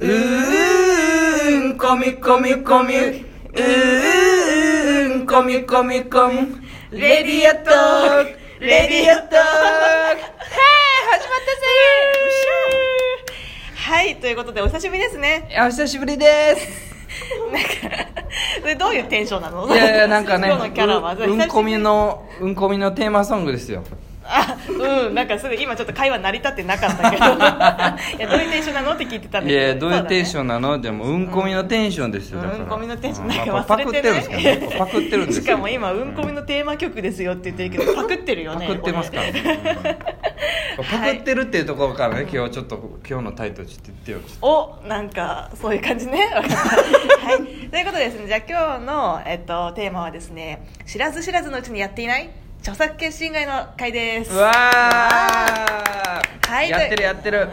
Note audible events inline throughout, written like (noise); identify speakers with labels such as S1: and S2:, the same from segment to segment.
S1: うーん、こみこみこみ、うーん、こみこみこみ、レディアトーク、レディアトーク。
S2: 始まったぜはい、ということでお久しぶりですね。
S1: お久しぶりです。
S2: なんか、でどういうテンションなの
S1: (laughs) いやいや、なんかね、
S2: 今日のキャラは。
S1: うんうんこみの、うんこみのテーマソングですよ。
S2: あ、うん、なんかすぐ今ちょっと会話成り立ってなかったけど。
S1: (laughs)
S2: いや、どういうテンションなのって聞いてたんだ
S1: い
S2: けど。
S1: や、どういうテンシ
S2: ョン
S1: ョンなのでも、うんこみのテンションですよ。だから
S2: うんこみのテンションなん
S1: まあ
S2: か
S1: パ
S2: 忘
S1: ク
S2: れ
S1: っててるんですけどね
S2: (laughs) ね。
S1: パクってるんです
S2: し
S1: よ
S2: かも今、うんこみのテーマ曲ですよって言ってるけど、パクってるよ
S1: パ
S2: ね。
S1: クってますからね。パクってるっていうところからね、今日ちょっと、今日のタイトルちょっと言ってよ。ちょっと
S2: おなんかそういう感じね (laughs) わかったはいということでですねじゃあ今日の、えっと、テーマはですね知らず知らずのうちにやっていない著作権侵害の回です
S1: うわあ
S2: はい
S1: やってるやって
S3: (laughs)
S1: る。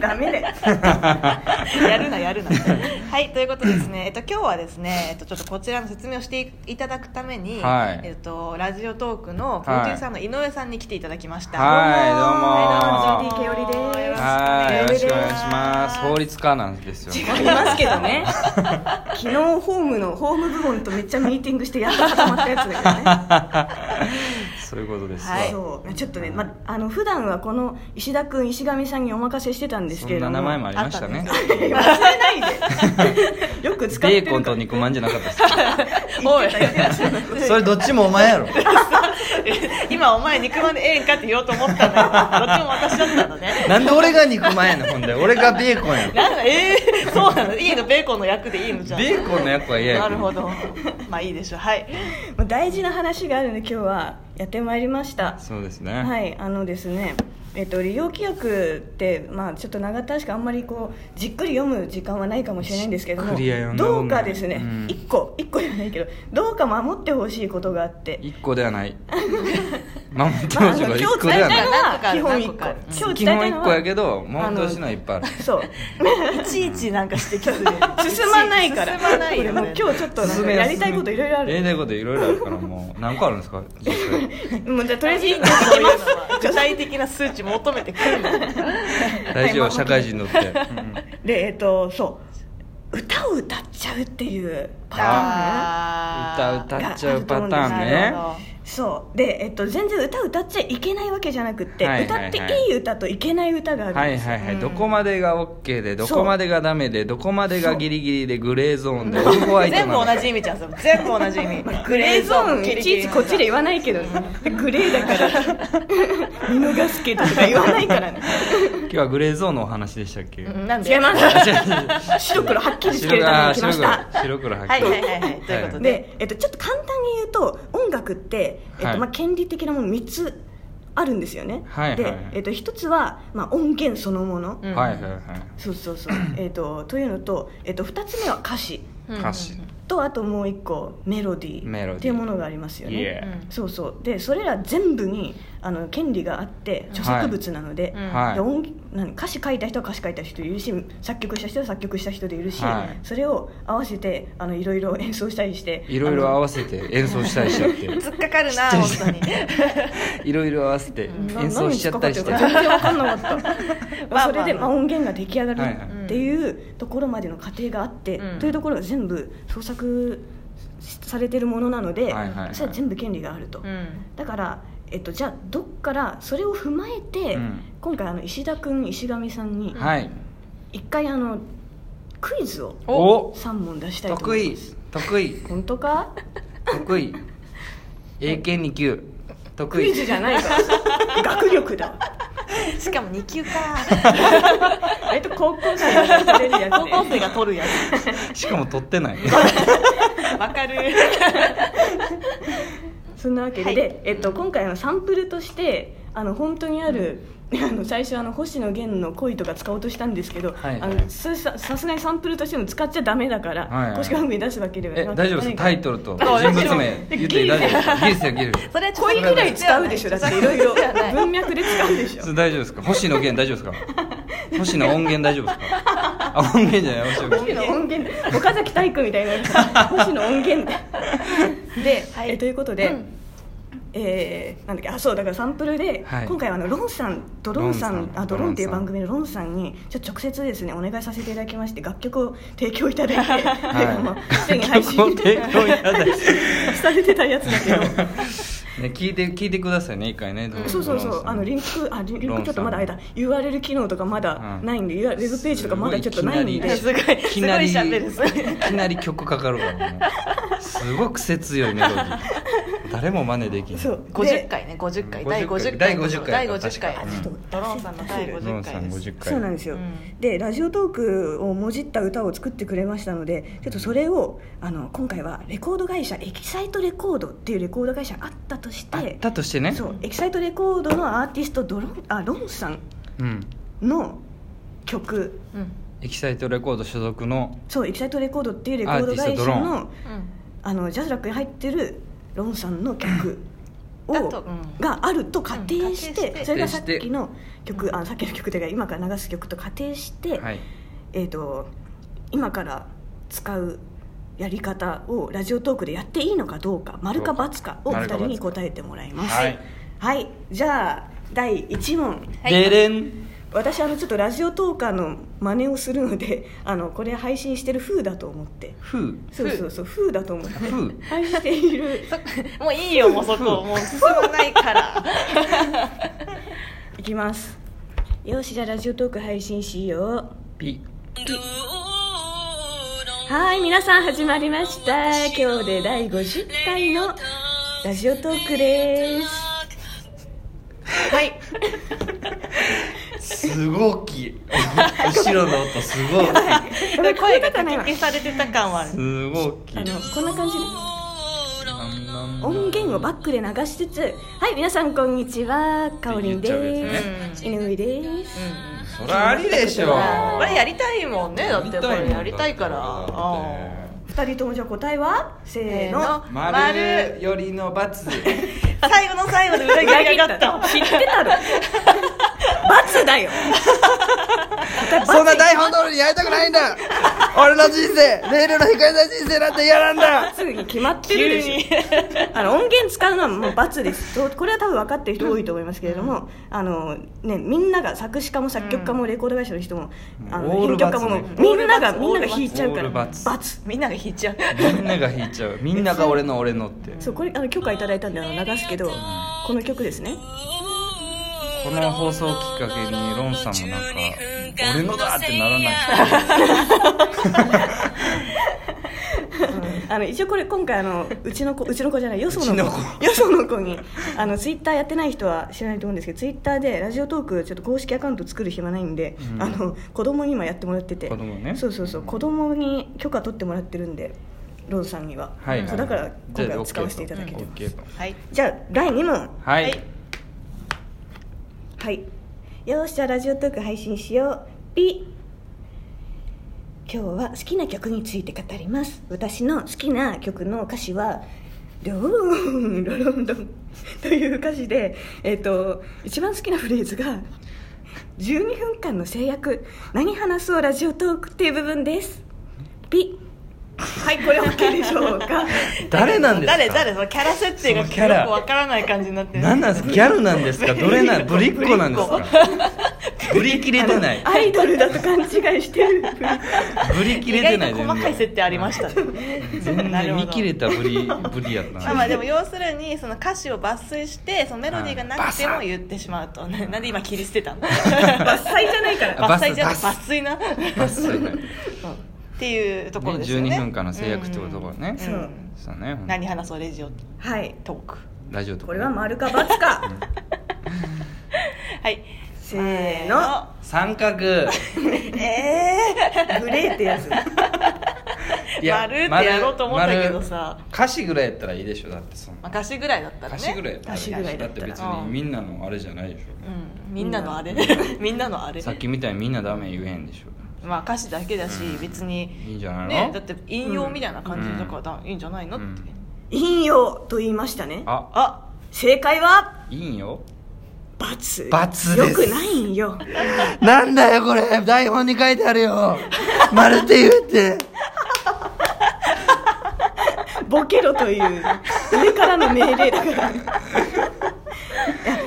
S2: ダ
S1: (laughs)
S2: メで (laughs) やるなやるな (laughs) はいということでですね、えっと、今日はですね、えっと、ちょっとこちらの説明をしていただくために、
S1: はい
S2: えっと、ラジオトークのプロデューサーの井上さんに来ていただきました、
S1: はい、どうも。
S3: どうも JD けおりです
S1: はい、よろしくお願いします。
S3: お
S1: 法律家なんですよ。
S3: ありますけど
S2: (laughs)
S3: ね昨日ホームのホーム部門とめっちゃミーティングしてやっと固まったやつだ
S1: (laughs)
S3: けどね
S1: (laughs) そういうことですよ。
S2: はい
S3: そうちょっとね、ま、あの普段はこの石田君石上さんにお任せしてたんです
S1: そ
S3: けれ
S1: ん
S3: ど
S1: な
S3: も
S1: 名前もありましたね。
S3: 忘れないで (laughs) よく使って
S1: ベ
S3: る
S1: ーコンと肉まんじゃなかったです
S2: おい
S1: か。それどっちもお前
S3: (laughs)
S1: やろ。
S2: (laughs) 今お前肉まんでええんかって言おうと思ったんだけどどっちも私だったんだね
S1: なんで俺が肉まんやねん、ほんで。俺がベーコン
S3: (laughs)
S1: やろ。
S2: なんだえー、そうなのいいのベーコンの役でいいのじゃん
S1: ベーコンの役は嫌や
S2: な
S1: け
S2: るほどまあいいでしょうはい
S3: ま大事な話があるので今日はやってまいりました
S1: そうですね。
S3: はい、あのですね、えっと、利用規約って、まあ、ちょっと長田しかあんまりこうじっくり読む時間はないかもしれないんですけど
S1: じっ
S3: も
S1: くりは読んだも
S3: ど
S1: ん
S3: う
S1: ね
S3: かですね、
S1: うん
S3: 一個一個じゃないけどどうか守ってほしいことがあって。
S1: 一個では
S3: (laughs)
S1: ない。守って
S3: まあ、
S1: ほ
S3: あ
S1: しい
S3: の
S1: こと
S3: 今日
S1: 一個
S3: 伝え
S1: では
S3: た
S1: ない
S3: の。は基本
S2: 何
S3: 一
S2: 個
S3: 個
S2: か何
S3: 今日
S1: 基
S3: 伝えた
S1: 本一
S3: いのは
S1: 個やけど、守ってほしいのはいっぱいある。
S3: そう
S2: いちいちなんか指摘する
S3: (laughs) 進まないから
S2: 進まないよ、ね、
S3: もう今日ちょっとなんかやりたいこといろいろあ
S1: やり
S3: る
S1: たいこといろいろあるからもう何個あるんです
S3: (laughs)
S1: か実際
S3: もうじゃあとりあえず
S2: いいのそういうのは具体的な数値求めてくるの
S1: 大丈夫社会人乗って、うん
S3: でえっとそう歌を歌っちゃうっていうパターンね
S1: 歌
S2: あー
S1: 歌っちゃうパターンね
S2: なるほ
S3: そうで、えっと、全然歌歌っちゃいけないわけじゃなくって、
S1: はいはいはい
S3: 歌っていい歌といけない歌があるん
S1: は
S3: で
S1: い
S3: すよ、
S1: はいはい、
S2: うん
S1: どこまでが OK でど
S3: そ
S1: こ
S3: う
S1: まどこまでがダメでどこまでがギリギリでグレーゾーンでオフホワ
S2: ど
S1: イト
S2: 全部同
S1: なの
S2: じ意味じゃんそれ全部同じ意味
S3: グレーゾーン
S2: ギリ
S3: い
S2: ギリ
S3: ちいちこっちで言わないけど、
S1: (laughs)
S3: グレーだから見逃すけどとか言わないからね
S1: 今日はグレーゾーンのお話でしたっけ、
S2: うんなんで
S3: 違います
S1: 違う違う違う
S3: 白黒はっきりつけるために来まし
S1: 白
S3: た
S1: 黒白黒はっき
S2: はい
S1: り
S2: はいはいはいということで
S3: で、えっと、ちょっと簡単に言うと音楽って、えっと
S1: はい
S3: まあ、権利的なもの3つあるんですよね、
S1: はいはいはい
S3: で、えっと、1つは、まあ、音源そのもの、
S2: うん
S1: はいはいはい
S3: そうそ
S1: (clears throat)
S3: うそう、えっと、というのと、えっと、2つ目は歌詞
S2: うん
S1: 歌詞
S3: とあともう一個メロディ
S1: メロディー
S3: ーっていうものがありますよね、
S1: Yeah
S2: うん
S3: そうそうでそれら全部にあの権利があって著作物なので,、
S2: うん
S1: はい
S3: で音何歌詞書いた人は歌詞書いた人いるし作曲した人は作曲した人でいるし、
S1: はい
S3: それを合わせてあのいろいろ演奏したりして
S1: いろいろ合わせて演奏したりしちゃって
S2: 突っかかるな本当に
S1: (laughs) いろいろ合わせて
S3: あの
S1: 演奏しちゃったりして
S3: な
S1: (laughs)
S3: 何に使うか全然わかんなかった
S2: まあまあ
S3: それで、まあ、音源が出来上がるって
S2: は
S3: いうところまでの過程があって、
S2: うん
S3: というところが全部創作されてるものなので、
S1: はいはいはい
S3: それは全部権利があると、
S2: うん
S3: だから、えっと、じゃあどっからそれを踏まえて、
S1: うん
S3: 今回あの石田君石上さんに
S1: はい
S3: 一回あのクイズを
S1: お
S3: 3問出したいと思
S1: 得
S3: い
S1: 意
S3: ます
S1: 得意
S3: 本当か
S1: 得意英検2級得
S3: クイズ
S1: 意
S3: じゃないから学
S1: (laughs)
S3: 力だわ
S2: しかも2級か
S3: えっと高校生がやってるやつ
S2: 高
S3: で
S2: 校生が取るやつ
S1: しかも取ってない
S2: わかる
S3: そんなわけで,、
S2: はい
S3: でえっと、今回のサンプルとしてあの本当にある、 (laughs) あの最初あの星野源の恋とか使おうとしたんですけど、
S1: はい
S3: あのさささすがにサンプルとしても使っちゃダメだから、
S1: はいはい
S3: 公式番組に出すわけでは
S1: (laughs) え大丈夫です
S3: ない
S1: タイ
S3: ル
S1: トルと人
S2: あ
S1: 物名言って大丈夫ですかギリですよギリです
S2: それは
S3: 恋ぐらい使うでしょだっていろ
S1: (laughs)
S3: いろ文脈で使うでしょ
S1: それ大丈夫ですか星野源大丈夫です
S3: (laughs)
S1: か星野音源大丈夫ですかあ音源じゃない星野
S3: 星
S1: 源
S3: 野音源岡崎体育みたいな星野音源で、
S2: はい
S3: えということで、
S2: うん
S3: えー、なんだっけあそうだからサンプルで、
S1: はい
S3: 今回はあのロンさんドロンさん
S1: ロンさん
S3: あドロンっていう
S1: ドロンさん
S3: 番組のロンさんにちょっと直接ですねお願いさせていただきまして楽曲を提供いただいて、
S1: はい
S3: でもうすでに配信
S1: 楽曲を提供いただいて
S3: されてたやつだ
S1: (laughs)
S3: けど。
S1: ね、聞いて聞いてくださいね一回ね、ど
S3: そうそうそ
S1: ど
S3: うあのリンクあリンリン
S1: ロンさ
S3: ク
S1: ん
S3: ちょっとまだあれだ URL 機能とかまだないんで、URL ウェブページとかまだちょっとないんで
S2: ごいきなり
S1: いきなり
S2: すごい喋るんですね
S1: いきなり曲かかるからねすごく癖強いメロディー誰も真似できない
S3: そう
S2: 50回ね50回第50回
S1: 第50回
S2: 第50回
S1: 確か
S3: に
S2: うんドローンさんの第
S1: ノ
S2: 50
S1: ンさ
S2: 回
S1: ん
S2: です
S1: 50回
S3: そうなんですよ、
S2: うん
S3: でラジオトークをもじった歌を作ってくれましたのでちょっとそれをあの今回はレコード会社エキサイトレコードっていうレコード会社あったとして
S1: あったとしてね
S3: そうエキサイトレコードのアーティストドロンあロンさん
S1: うん、
S3: の曲
S2: うん
S1: エキサイトレコード所属の
S3: そうエキサイトレコードっていうレコード
S1: アーテ
S3: 会
S1: ィス
S3: 社
S1: トドロ
S3: のあのジャズラックに入ってるロンさんの曲を
S2: だとうん
S3: があると仮定し
S2: うん仮定して
S3: て
S2: て
S3: それがさっきの曲あさっきの曲というか今から流す曲と仮定して、
S1: はい
S3: えー、と今から使うやり方をラジオトークでやっていいのかどうか丸か×かをお二人に答えてもらいます
S1: はい、
S3: はい、じゃあ第1問
S2: はい
S1: でれん
S3: 私あのちょっとラジオトーカーの真似をするので (laughs) あのこれ配信してる風だと思って
S1: ふう
S3: そうそうそう風だと思って
S1: ふう
S3: 配信している
S2: もういいよもうそこもう進まない
S3: (laughs)
S2: から
S3: いきますよしじゃあラジオトーク配信しよう
S1: ピ
S3: はい皆さん始まりました今日で第50回のラジオトークです
S2: はい
S1: すごき後ろの音すごき
S2: 声がかき消されてた感はある
S1: すごき
S3: あのこんな感じで音源をバックで流しつつはい皆さんこんにちはかおりんで
S1: って言っちゃ
S2: うやつ
S3: す、井上です、
S1: そりゃありでしょ
S2: あれやりたいもんねだってこ
S1: やりたいもん
S2: れやりたいから
S1: だって
S2: あ
S3: 二人ともじゃあ答えはせ
S2: ー
S3: ー
S2: せー
S3: の
S2: の
S1: 丸よりの罰
S2: 最後の最後で裏切りがかった
S3: 知っ
S2: (laughs)
S3: てたろ罰だよ
S1: (laughs) そんな台本通りにやりたくないん (laughs) だ俺の人生レールの低いな人生なんて嫌なんだ
S3: 罰に決まってるでしょ (laughs) あの音源使うのはもう罰ですそうこれは多分分かってる人多いと思いますけれども、あのね、みんなが作詞家も作曲家もレコード会社の人も、あの
S1: オール
S3: 編曲家
S1: 罰
S3: も
S1: ね
S3: みんなが
S2: オール罰
S3: みんなが弾いちゃうか
S1: オー
S3: ら
S1: ル罰
S2: みんなが引いちゃう
S1: みんなが引いちゃうみんなが俺の俺のって
S3: そうこれあの許可いただいたんであの流すけど、この曲ですね
S1: この放送をきっかけにロンさんもなんか俺のだってならない
S3: あの一応これ今回あのうちの子うちの子じゃないよその
S1: うち
S3: 子
S1: の子
S3: よその子にあのツイッターやってない人は知らないと思うんですけどツイッターでラジオトークちょっと公式アカウント作る暇ないんで、
S1: うん
S3: あの子供に今やってもらってて
S1: 子供ね
S3: そうそうそう子供に許可取ってもらってるんでロンさんには、
S1: はいはい
S3: そうだから今回は使わせていただけてます
S1: じゃあ OK と
S2: はい
S3: じゃあ第2問
S1: はい、
S2: はい
S3: はいよーしじゃあラジオトーク配信しようピ今日は好きな曲について語ります私の好きな曲の歌詞は「ローンロロンド (laughs) ン」という歌詞で、えっと一番好きなフレーズが「12分間の制約何話そうラジオトーク」っていう部分ですピはいこれ OK でしょ
S2: (laughs)
S3: うか
S1: 誰なんですか
S2: 誰誰そのキャラ設定が
S1: そのキャラ
S2: よくわからない感じになってる
S1: 何なんですかギャルなんですかどれなんぶりっ子なんですかぶり切れてない
S3: アイドルだと勘違いしてるフレーズ
S1: ぶり切れて
S2: 意
S1: な
S2: 外
S1: い
S2: と細かい設定ありましたね
S1: 全然
S2: なるほど
S1: 見切れたぶりぶりやった
S2: まあまあでも要するにその歌詞を抜粋してそのメロディーがなくても言ってしまうとなんで今切り捨
S1: (laughs)
S2: てたの
S3: 伐採じゃないから
S2: 伐採じゃない
S1: バ
S2: 抜
S1: ス
S2: 粋なっ
S1: バスだね
S2: ていうところですよね
S1: 12分間の制約ってことはね、
S2: うん
S3: そう
S1: そうね
S2: 何話そうレジオ
S3: はい
S2: トーク
S1: ラジオとか
S3: これは丸か×か
S2: はい
S3: せーの
S1: 三角
S2: え
S3: グレーってやつ
S1: い
S2: え (laughs) 丸ってやろうと思ったけどさ
S1: 丸歌詞ぐらいやったらいいでしょだってその
S2: まあ歌詞ぐらいだったら
S1: 歌
S2: ね
S1: 詞ぐらいやったらいいでしょ
S3: 歌詞ぐらいだ
S1: だ
S3: っ
S1: ったて
S3: ら
S1: 別にみんなのあれじゃないでし
S2: うんみんなのあれ (laughs) みんなのあれ
S1: ょさっきみたいにみんなダメ言えへんでしょ
S2: まあ歌詞だけだし別
S1: いいん
S2: に
S1: じゃないの、
S2: ねだって引用みたいな感じだからだいいんじゃないのって
S1: うん
S3: 引用と言いましたね
S1: あ
S2: あ
S3: 正解はい
S1: いんよ罰
S3: ×
S1: です
S3: よくないんよ
S1: なんだよこれ台本に書いてあるよ丸って言うって
S3: ボケろという上からの命令だからいや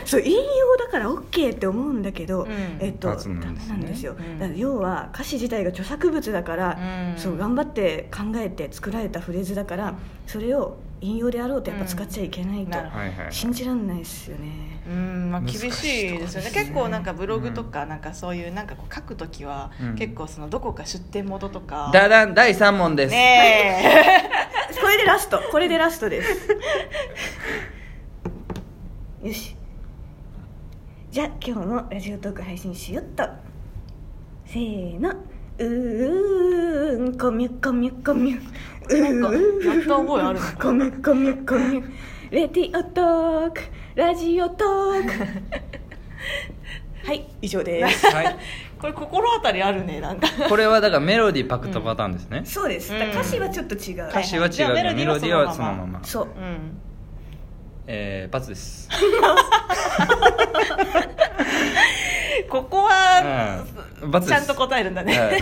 S3: そう引用だから OK って思うんだけど、
S2: うん
S3: えっと
S1: あ
S3: ダ
S1: そう
S3: メ
S1: な
S3: なん
S1: ですね
S3: んですよ、
S2: うん
S3: だから要は歌詞自体が著作物だから、
S2: うん
S3: そう頑張って考えて作られたフレーズだからそれを引用であろうとやっぱ使っちゃいけない
S2: うん
S3: と、
S2: なるほ
S1: はいはい
S3: 信じらんないですよね
S2: うんまあ、厳しいですよ
S1: 難し
S2: ね
S1: い
S2: 結構なんかブログとかなんかそういうなんかこう書くときは
S1: うん
S2: 結構そのどこか出典元とか、
S1: ダダン第3問です、
S2: (laughs) ねえ
S3: これでラストこれでラストですよしじゃあ今日もラジオトーク配信しよっとせーのうーんこみゅこみゅこみゅ
S2: なんかやった覚えあるの
S3: こみゅこみゅこみゅレディオトークラジオトークはい以上です
S1: はい、
S2: これ心当たりあるねなんか
S1: これはだからメロディーパクったパターンですね、
S3: そうですだから歌詞はちょっと違う、
S1: 歌詞は違うけど、
S2: はいはい
S1: メロディーはそのまま
S3: そう
S2: うん
S1: えー、バツ
S2: (laughs)
S1: です
S2: ここは、
S1: うんバツ
S2: ち
S1: です
S2: ゃんと答えるんだね、
S1: はい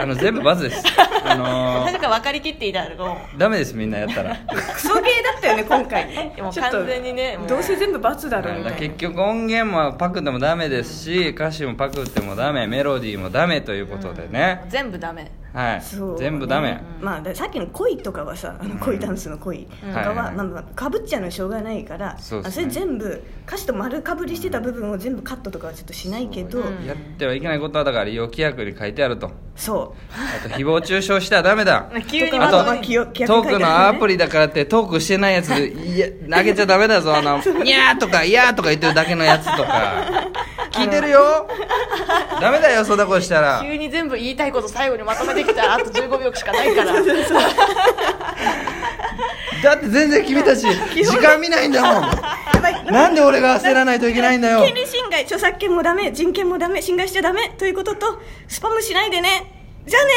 S1: あの全部バツですあの
S2: (laughs) なぜ
S1: ー、
S2: か分かりきっていただこう
S1: ダメですみんなやったら
S3: クソゲーだったよね今回
S2: いやもう
S3: ちょっと
S2: 完全にねもう
S3: どうせ全部罰だろう
S1: だ
S3: み
S1: か
S3: た
S1: ら
S3: いな
S1: 結局音源もパクってもダメですし歌詞もパクってもダメメロディーもダメということでね、
S2: 全部ダメ
S1: はい
S3: そう
S1: 全部ダメ、
S3: まあ、ださっきの恋とかはさあの恋ダンスの恋とか
S1: はいは
S3: はいまあまあかぶっちゃうのはしょうがないから
S1: そうです
S3: あ
S1: ね
S3: れ全部歌詞と丸かぶりしてた部分を全部カットとかはちょっとしないけど
S2: そう
S1: やってはいけないことはだから利用規約に書いてあると
S3: そ
S1: あと誹謗中傷してはダメだ
S2: 急に
S3: う
S1: あ
S2: ま
S1: と
S2: と
S3: ま
S2: め
S3: あ
S2: に
S3: 記憶記憶
S1: ト
S3: に
S1: ー
S3: 書い
S1: ク
S3: てあ
S1: の
S3: る
S1: アプリだからってトークしてないやついや投げちゃダメだぞあの「にゃー」とか「いやー」とか言ってるだけのやつとか聞いてるよダメだよそんなことしたら
S2: 急に全部言いたいこと最後にまとめてきたらあと15秒しかない
S3: (laughs)
S2: から
S1: だって全然君たち時間見ないんだも
S3: やばい
S1: んなんで俺が焦らないといけないんだよ
S3: 権利侵害著作権もダメ人権もダメ侵害しちゃダメということとスパムしないでねじゃあね